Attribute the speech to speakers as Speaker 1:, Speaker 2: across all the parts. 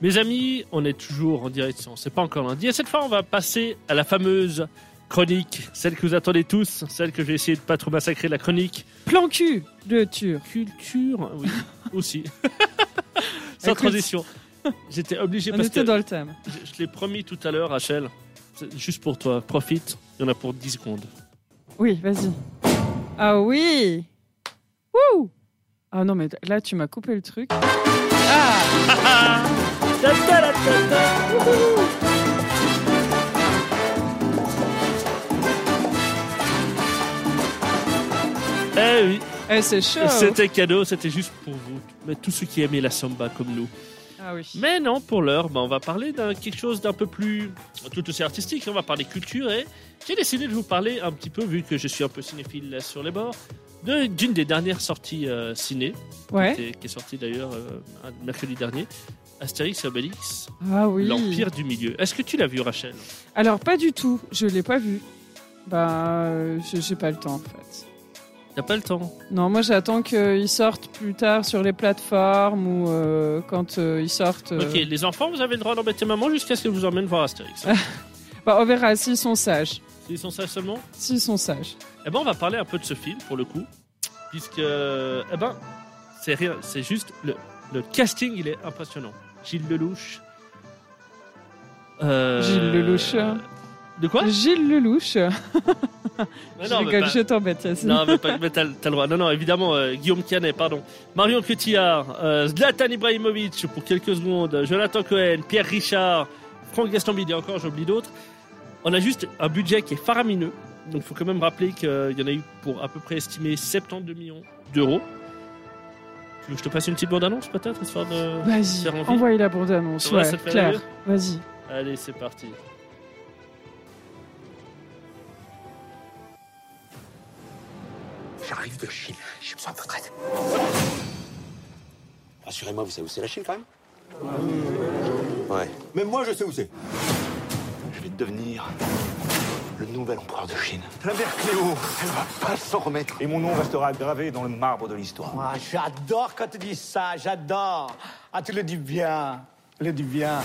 Speaker 1: Mes amis, on est toujours en direction. C'est pas encore lundi. Et cette fois, on va passer à la fameuse chronique, celle que vous attendez tous, celle que j'ai essayé de pas trop massacrer, la chronique
Speaker 2: Plan cul de Tur.
Speaker 1: culture. Oui, aussi. Sans
Speaker 2: Écoute.
Speaker 1: transition. J'étais obligé
Speaker 2: On
Speaker 1: parce que
Speaker 2: était dans le thème.
Speaker 1: je, je l'ai promis tout à l'heure, Rachel. C'est Juste pour toi, profite. Il y en a pour 10 secondes.
Speaker 2: Oui, vas-y. Ah oui Wouh Ah non, mais là, tu m'as coupé le truc. Ah
Speaker 1: Eh oui,
Speaker 2: Eh, c'est chaud
Speaker 1: c'était cadeau, c'était juste pour vous. Mais tous ceux qui aimaient la samba comme nous.
Speaker 2: Ah oui.
Speaker 1: Mais non, pour l'heure, bah, on va parler d'un quelque chose d'un peu plus tout aussi artistique. On va parler culture et j'ai décidé de vous parler un petit peu, vu que je suis un peu cinéphile là, sur les bords, de- d'une des dernières sorties euh, ciné,
Speaker 2: Ouais.
Speaker 1: qui, est, qui est sortie d'ailleurs euh, un- mercredi dernier. Astérix et Obélix,
Speaker 2: Ah oui.
Speaker 1: l'Empire du Milieu. Est-ce que tu l'as vu, Rachel
Speaker 2: Alors, pas du tout. Je l'ai pas vu. Bah, euh, je- j'ai pas le temps, en fait.
Speaker 1: T'as pas le temps.
Speaker 2: Non, moi, j'attends qu'ils sortent plus tard sur les plateformes ou euh, quand euh, ils sortent. euh,
Speaker 1: Ok, les enfants, vous avez le droit d'embêter maman jusqu'à ce que vous emmène voir Astérix.
Speaker 2: Bah, on verra s'ils sont sages.
Speaker 1: Ils sont ça seulement
Speaker 2: S'ils sont sages.
Speaker 1: Eh ben, on va parler un peu de ce film pour le coup, puisque eh ben, c'est rien, c'est juste le, le casting, il est impressionnant. Gilles Lelouch. Euh,
Speaker 2: Gilles Lelouch. hein.
Speaker 1: De quoi
Speaker 2: Gilles Lelouch.
Speaker 1: Mais
Speaker 2: je
Speaker 1: non, mais
Speaker 2: rigole,
Speaker 1: pas-
Speaker 2: je t'embête, Yacine.
Speaker 1: non, mais, pas, mais t'as, t'as le droit. Non, non, évidemment, euh, Guillaume Canet, pardon. Marion Cotillard, euh, Zlatan Ibrahimovic pour quelques secondes, Jonathan Cohen, Pierre Richard, Franck Gastambide et encore, j'oublie d'autres. On a juste un budget qui est faramineux. Donc, faut quand même rappeler qu'il y en a eu pour à peu près estimé 72 millions d'euros. Tu veux que je te passe une petite bande-annonce, peut-être, histoire de...
Speaker 2: Vas-y,
Speaker 1: Faire envie.
Speaker 2: envoie la bande-annonce.
Speaker 1: Ouais,
Speaker 2: Ouais,
Speaker 1: ça te fait
Speaker 2: Claire,
Speaker 1: rire
Speaker 2: vas-y.
Speaker 1: Allez, c'est parti.
Speaker 3: J'arrive de Chine, j'ai besoin de votre aide. Rassurez-moi, vous savez où c'est la Chine quand même Ouais.
Speaker 4: Même moi, je sais où c'est.
Speaker 3: Je vais devenir le nouvel empereur de Chine.
Speaker 4: La mère Cléo.
Speaker 3: Elle va pas s'en remettre.
Speaker 4: Et mon nom restera gravé dans le marbre de l'histoire.
Speaker 5: Ah, j'adore quand tu dis ça, j'adore. Ah, tu le dis bien, tu le dis bien.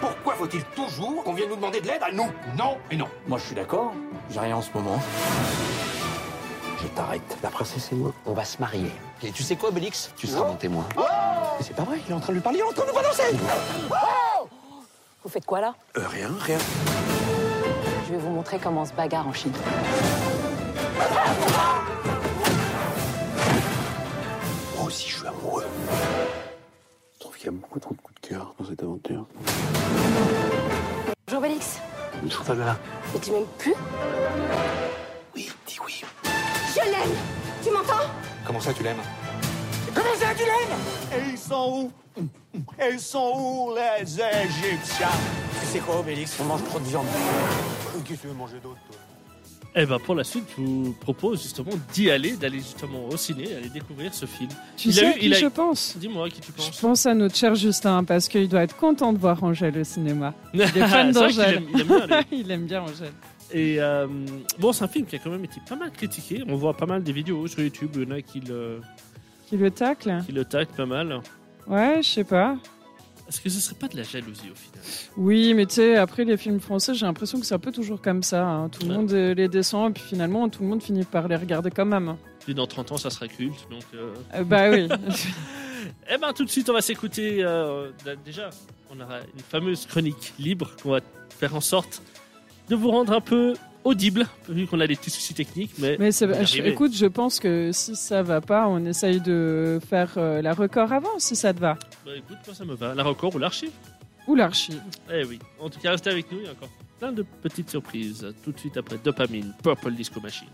Speaker 3: Pourquoi faut-il toujours qu'on vienne nous demander de l'aide à nous Non et non.
Speaker 6: Moi, je suis d'accord. J'ai rien en ce moment.
Speaker 3: Je t'arrête. La princesse et moi, on va se marier.
Speaker 6: Et tu sais quoi, Bélix
Speaker 3: Tu seras mon témoin. Oh. Mais c'est pas vrai, il est en train de lui parler, il est en train de nous
Speaker 7: Vous faites quoi là
Speaker 3: Euh, rien, rien.
Speaker 7: Je vais vous montrer comment on se bagarre en Chine.
Speaker 3: Moi aussi, je suis amoureux. Je trouve qu'il y a beaucoup trop de coups de cœur dans cette aventure.
Speaker 7: Bonjour Bélix,
Speaker 3: Une fois là.
Speaker 7: mais tu m'aimes plus
Speaker 3: Oui, dis oui.
Speaker 7: Je l'aime Tu m'entends
Speaker 3: Comment ça, tu l'aimes
Speaker 5: Et ils sont où Et ils sont où, les Égyptiens Tu sais quoi, Obélix On mange trop de viande.
Speaker 4: Qu'est-ce que tu veux manger d'autre, toi
Speaker 1: Eh ben, pour la suite, je vous propose justement d'y aller, d'aller justement au ciné, aller découvrir ce film.
Speaker 2: Tu
Speaker 1: Il a
Speaker 2: sais
Speaker 1: eu-
Speaker 2: à qui
Speaker 1: il a
Speaker 2: je
Speaker 1: eu-
Speaker 2: pense
Speaker 1: Dis-moi qui tu penses.
Speaker 2: Je pense à notre cher Justin, parce qu'il doit être content de voir Angèle au cinéma.
Speaker 1: Il est
Speaker 2: fan d'Angèle.
Speaker 1: Il aime bien, lui.
Speaker 2: Il aime bien Angèle.
Speaker 1: Et euh, bon, c'est un film qui a quand même été pas mal critiqué. On voit pas mal des vidéos sur YouTube. Il y en a qui le,
Speaker 2: Qui le tacle
Speaker 1: qui le taguent pas mal.
Speaker 2: Ouais, je sais pas.
Speaker 1: Est-ce que ce serait pas de la jalousie au final
Speaker 2: Oui, mais tu sais, après les films français, j'ai l'impression que c'est un peu toujours comme ça. hein. Tout le
Speaker 1: Ouais.
Speaker 2: monde euh, les descend, et puis finalement, tout le monde finit par les regarder quand même.
Speaker 1: Puis dans 30 ans, ça sera culte. Donc, euh,
Speaker 2: Euh, bah oui.
Speaker 1: Eh ben, tout de suite, on va s'écouter. euh, d- déjà, on aura une fameuse chronique libre qu'on va faire en sorte de vous rendre un peu audible, vu qu'on a des petits soucis techniques. Mais,
Speaker 2: mais c'est-
Speaker 1: on va y
Speaker 2: je-
Speaker 1: arriver.
Speaker 2: écoute, je pense que si ça va pas, on essaye de faire euh, la record avant, si ça te va.
Speaker 1: Bah, écoute, moi, ça me va. La record ou l'archive
Speaker 2: Ou l'archive.
Speaker 1: Eh oui. En tout cas, restez avec nous. Il y a encore plein de petites surprises. Tout de suite après Dopamine, Purple Disco Machine.